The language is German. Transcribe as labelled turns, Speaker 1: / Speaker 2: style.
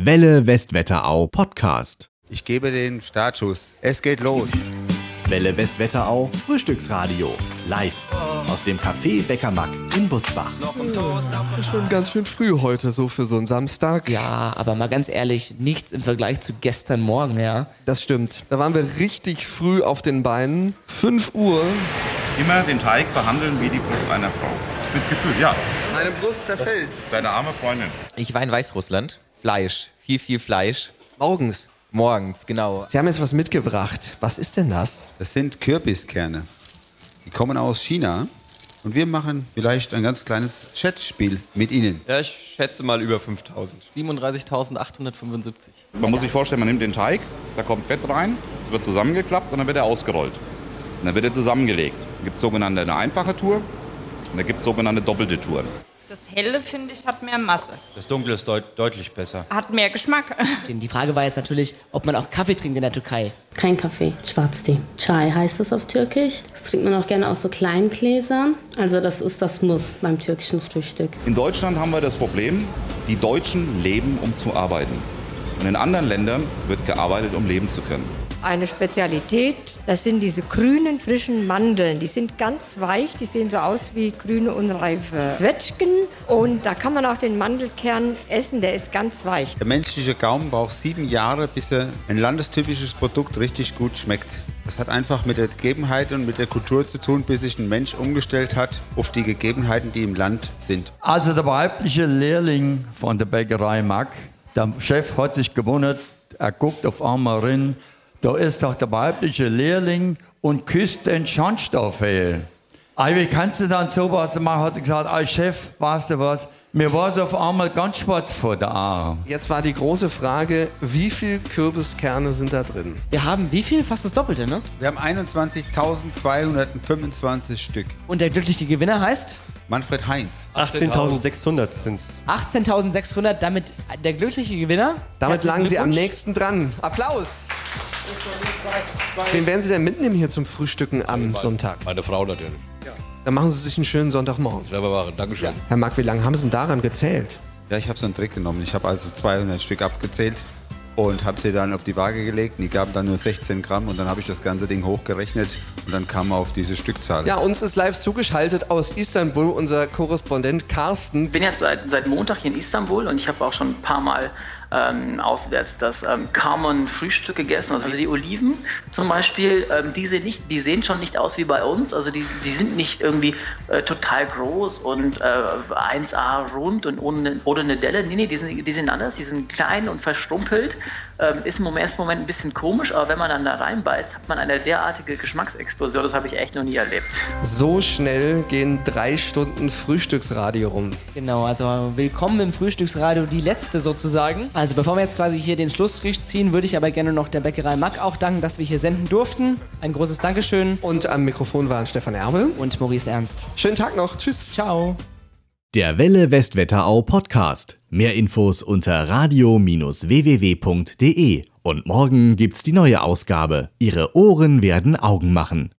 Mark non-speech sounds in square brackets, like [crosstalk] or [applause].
Speaker 1: Welle Westwetterau Podcast.
Speaker 2: Ich gebe den Startschuss. Es geht los.
Speaker 1: Welle Westwetterau Frühstücksradio. Live aus dem Café Bäckermack in Butzbach.
Speaker 3: Schon ganz schön früh heute, so für so einen Samstag.
Speaker 4: Ja, Ah, aber mal ganz ehrlich, nichts im Vergleich zu gestern Morgen, ja.
Speaker 3: Das stimmt. Da waren wir richtig früh auf den Beinen. 5 Uhr.
Speaker 5: Immer den Teig behandeln wie die Brust einer Frau. Mit Gefühl, ja.
Speaker 3: Meine Brust zerfällt.
Speaker 5: Deine arme Freundin.
Speaker 6: Ich war in Weißrussland. Fleisch. Viel, viel Fleisch.
Speaker 3: Morgens.
Speaker 6: Morgens, genau.
Speaker 3: Sie haben jetzt was mitgebracht. Was ist denn das?
Speaker 2: Das sind Kürbiskerne. Die kommen aus China. Und wir machen vielleicht ein ganz kleines Schätzspiel mit Ihnen.
Speaker 7: Ja, ich schätze mal über 5000.
Speaker 4: 37.875.
Speaker 5: Man muss sich vorstellen, man nimmt den Teig, da kommt Fett rein, es wird zusammengeklappt und dann wird er ausgerollt. Und dann wird er zusammengelegt. Es gibt sogenannte eine einfache Tour und da gibt es sogenannte doppelte Touren.
Speaker 8: Das Helle, finde ich, hat mehr Masse.
Speaker 9: Das Dunkle ist deut deutlich besser.
Speaker 8: Hat mehr Geschmack. [laughs]
Speaker 4: Die Frage war jetzt natürlich, ob man auch Kaffee trinkt in der Türkei.
Speaker 10: Kein Kaffee, Schwarztee. Chai heißt es auf Türkisch. Das trinkt man auch gerne aus so kleinen Gläsern. Also das ist das Muss beim türkischen Frühstück.
Speaker 5: In Deutschland haben wir das Problem, die Deutschen leben, um zu arbeiten. Und in anderen Ländern wird gearbeitet, um leben zu können.
Speaker 11: Eine Spezialität, das sind diese grünen, frischen Mandeln. Die sind ganz weich, die sehen so aus wie grüne, unreife Zwetschgen. Und da kann man auch den Mandelkern essen, der ist ganz weich.
Speaker 2: Der menschliche Gaumen braucht sieben Jahre, bis er ein landestypisches Produkt richtig gut schmeckt. Das hat einfach mit der Gegebenheit und mit der Kultur zu tun, bis sich ein Mensch umgestellt hat auf die Gegebenheiten, die im Land sind.
Speaker 9: Also der weibliche Lehrling von der Bäckerei Mack, der Chef hat sich gewundert, er guckt auf Amarin, da ist doch der weibliche Lehrling und küsst den Schornstoff her. Ei, wie kannst du dann sowas machen? Hat sie gesagt, ei Chef, weißt du was? Mir war es auf einmal ganz schwarz vor der Arm.
Speaker 3: Jetzt war die große Frage, wie viel Kürbiskerne sind da drin?
Speaker 4: Wir haben wie viel? Fast das Doppelte, ne?
Speaker 2: Wir haben 21.225 Stück.
Speaker 4: Und der glückliche Gewinner heißt
Speaker 2: Manfred Heinz.
Speaker 7: 18.600 sind es.
Speaker 4: 18.600, damit der glückliche Gewinner.
Speaker 3: Damit
Speaker 4: Herzlichen
Speaker 3: lagen Sie am
Speaker 4: Glückwunsch.
Speaker 3: nächsten dran. Applaus. Wen werden Sie denn mitnehmen hier zum Frühstücken am Sonntag?
Speaker 12: Meine Frau natürlich.
Speaker 3: Dann machen Sie sich einen schönen Sonntagmorgen.
Speaker 12: Clever waren. Dankeschön.
Speaker 3: Herr Mark, wie lange haben Sie denn daran gezählt?
Speaker 2: Ja, ich habe so einen Trick genommen. Ich habe also 200 Stück abgezählt und habe sie dann auf die Waage gelegt. Die gaben dann nur 16 Gramm und dann habe ich das ganze Ding hochgerechnet und dann kam man auf diese Stückzahl.
Speaker 3: Ja, uns ist live zugeschaltet aus Istanbul unser Korrespondent Carsten.
Speaker 13: bin jetzt seit, seit Montag hier in Istanbul und ich habe auch schon ein paar Mal ähm, auswärts das ähm, Common Frühstück gegessen. Also die Oliven zum Beispiel, ähm, die, sehen nicht, die sehen schon nicht aus wie bei uns. Also die, die sind nicht irgendwie äh, total groß und äh, 1A rund und ohne, ohne eine Delle. Nee, nee, die sind, die sind anders. Die sind klein und verschrumpelt. Ähm, ist im ersten Moment ein bisschen komisch, aber wenn man dann da reinbeißt, hat man eine derartige Geschmacksexplosion. Das habe ich echt noch nie erlebt.
Speaker 3: So schnell gehen drei Stunden Frühstücksradio rum.
Speaker 4: Genau, also willkommen im Frühstücksradio, die letzte sozusagen. Also bevor wir jetzt quasi hier den Schlussstrich ziehen, würde ich aber gerne noch der Bäckerei Mack auch danken, dass wir hier senden durften. Ein großes Dankeschön
Speaker 3: Und am Mikrofon waren Stefan Erbel.
Speaker 4: und Maurice Ernst.
Speaker 3: Schönen Tag noch. Tschüss.
Speaker 4: Ciao.
Speaker 1: Der Welle Westwetterau Podcast. Mehr Infos unter radio-www.de. Und morgen gibt's die neue Ausgabe. Ihre Ohren werden Augen machen.